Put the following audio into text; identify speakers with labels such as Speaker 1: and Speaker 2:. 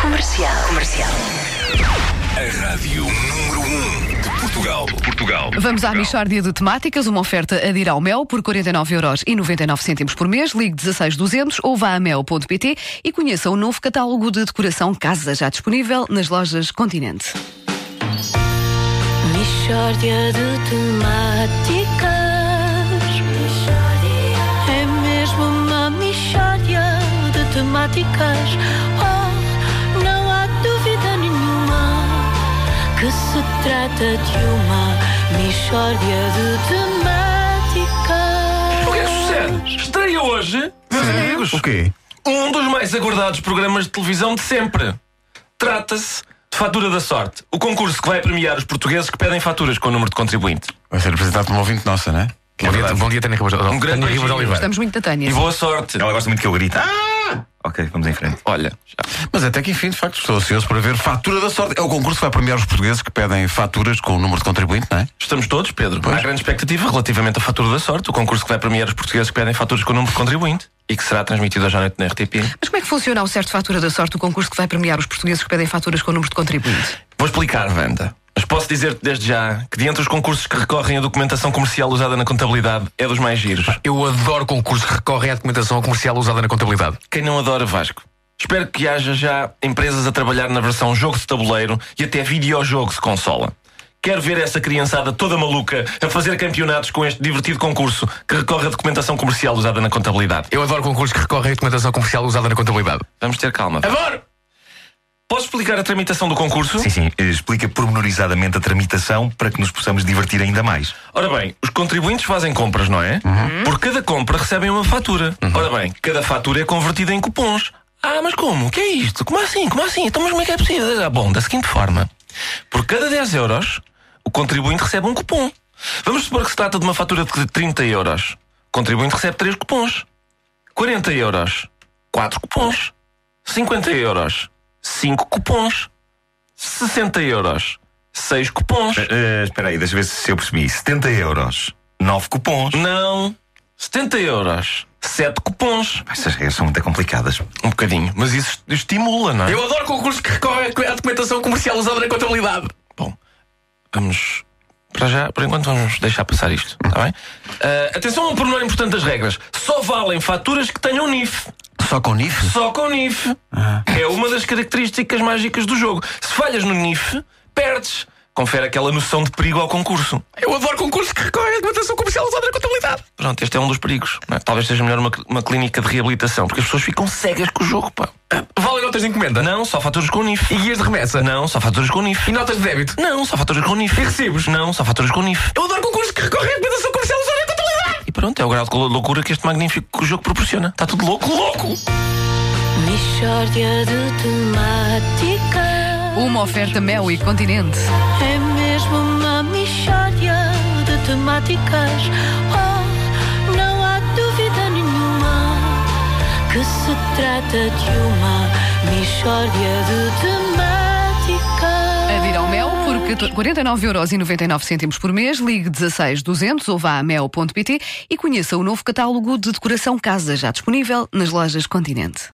Speaker 1: Comercial. Comercial.
Speaker 2: A rádio número 1 de Portugal. De Portugal.
Speaker 3: Vamos à
Speaker 2: Portugal.
Speaker 3: Michórdia de Temáticas, uma oferta a dir ao Mel por 49,99€ por mês, ligue 16200 ou vá a mel.pt e conheça o novo catálogo de decoração casa já disponível nas lojas Continente.
Speaker 4: Mishória de temáticas É mesmo uma mishória de temáticas Oh, não há dúvida nenhuma Que se trata de uma mishória de temáticas
Speaker 5: O que é que sucede? Estreia hoje, meus amigos,
Speaker 6: O quê?
Speaker 5: um dos mais aguardados programas de televisão de sempre. Trata-se de Fatura da Sorte, o concurso que vai premiar os portugueses que pedem faturas com o número de contribuinte.
Speaker 6: Vai ser apresentado por uma ouvinte nossa, não é?
Speaker 7: Bom dia, bom dia, Tânia Ribas
Speaker 5: Um grande
Speaker 7: Tânia Ribas
Speaker 5: beijinho.
Speaker 7: Oliveira.
Speaker 3: Estamos muito da Tânia.
Speaker 5: E boa sorte.
Speaker 8: Ela gosta muito que eu grite. Ah! Ok, vamos em frente.
Speaker 5: Olha,
Speaker 6: Mas até que enfim, de facto, estou ansioso para ver Fatura da Sorte. É o concurso que vai premiar os portugueses que pedem faturas com o número de contribuinte, não é?
Speaker 5: estamos todos, Pedro. Há grande expectativa relativamente à Fatura da Sorte, o concurso que vai premiar os portugueses que pedem faturas com o número de contribuinte e que será transmitido hoje à noite na RTP.
Speaker 3: Mas como é que funciona o certo fatura da sorte, o concurso que vai premiar os portugueses que pedem faturas com o número de contribuinte?
Speaker 5: Vou explicar, Wanda. Mas posso dizer-te desde já que, dentre os concursos que recorrem à documentação comercial usada na contabilidade, é dos mais giros.
Speaker 7: Eu adoro concursos que recorrem à documentação comercial usada na contabilidade.
Speaker 5: Quem não adora Vasco? Espero que haja já empresas a trabalhar na versão jogo de tabuleiro e até videojogo de consola. Quero ver essa criançada toda maluca a fazer campeonatos com este divertido concurso que recorre à documentação comercial usada na contabilidade.
Speaker 7: Eu adoro concursos que recorrem à documentação comercial usada na contabilidade.
Speaker 5: Vamos ter calma.
Speaker 7: Adoro!
Speaker 5: Posso explicar a tramitação do concurso?
Speaker 8: Sim, sim. eh, Explica pormenorizadamente a tramitação para que nos possamos divertir ainda mais.
Speaker 5: Ora bem, os contribuintes fazem compras, não é? Por cada compra recebem uma fatura. Ora bem, cada fatura é convertida em cupons. Ah, mas como? O que é isto? Como assim? Como assim? Então, mas como é que é possível? Ah, bom, da seguinte forma: por cada 10 euros, o contribuinte recebe um cupom. Vamos supor que se trata de uma fatura de 30 euros. O contribuinte recebe 3 cupons. 40 euros, 4 cupons. 50 euros, 5 cupons. 60 euros, 6 cupons.
Speaker 8: Eh, eh, espera aí, deixa eu ver se eu percebi. 70 euros, 9 cupons.
Speaker 5: Não. 70 euros. 7 cupons.
Speaker 8: Essas regras são muito complicadas.
Speaker 5: Um bocadinho. Mas isso estimula, não é?
Speaker 7: Eu adoro concursos que recorrem à documentação comercial usada na contabilidade.
Speaker 5: Bom, vamos. Para já, por enquanto, vamos deixar passar isto, está bem? Ah, atenção a um pormenor importante das regras. Só valem faturas que tenham NIF.
Speaker 6: Só com NIF?
Speaker 5: Só com NIF.
Speaker 7: Ah.
Speaker 5: É uma das características mágicas do jogo. Se falhas no NIF, perdes. Confere aquela noção de perigo ao concurso.
Speaker 7: Eu adoro concursos que recorrem à documentação comercial usada na contabilidade.
Speaker 5: Pronto, este é um dos perigos. não é? Talvez seja melhor uma, uma clínica de reabilitação, porque as pessoas ficam cegas com o jogo, pá.
Speaker 7: Valem Ah, notas de encomenda?
Speaker 5: Não, só faturas com NIF.
Speaker 7: E guias de remessa?
Speaker 5: Não, só faturas com NIF.
Speaker 7: E notas de débito?
Speaker 5: Não, só faturas com NIF.
Speaker 7: E recibos?
Speaker 5: Não, só faturas com NIF.
Speaker 7: Eu adoro concursos que recorrem à documentação comercial usada na contabilidade.
Speaker 5: E pronto, é o grau de loucura que este magnífico jogo proporciona. Está tudo louco, louco!
Speaker 4: Mishória de temáticas
Speaker 3: Uma oferta Mel e Continente.
Speaker 4: É mesmo uma mixória de temáticas. Oh, não há dúvida nenhuma que se trata de uma mixória de temáticas.
Speaker 3: A vir É ao Mel por 49,99€ por mês, ligue 16200 ou vá a mel.pt e conheça o novo catálogo de decoração casa já disponível nas lojas Continente.